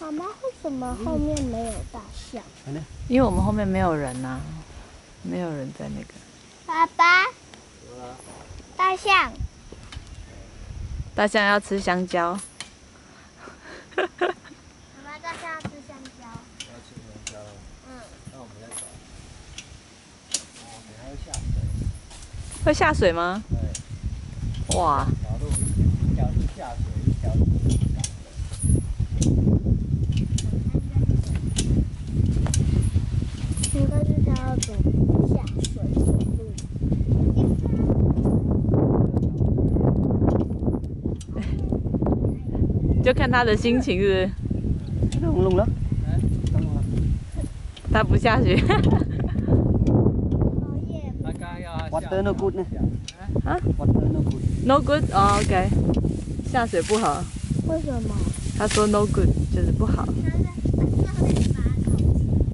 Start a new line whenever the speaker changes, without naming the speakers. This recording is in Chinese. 妈妈，为什么后面没有大象？
因为我们后面没有人呐、没有人在那个
爸爸，大象，
大象要吃香蕉，
妈妈大象要吃香蕉。
要吃香蕉，
嗯，
那我们再找。哦，等下要下水，
会下水吗？
对，
哇，
一条路一条是下水，一条路是港的。
应该是它要走下水路。
就看他的心情是不是
Đúng luôn lắm. Đúng rồi.
他不下雪
哦耶！
Water no good nè.
Hả?
Water no good.
，no good，哦、o k 下水不好，
为什么？
他说 no good 就是不好。
它在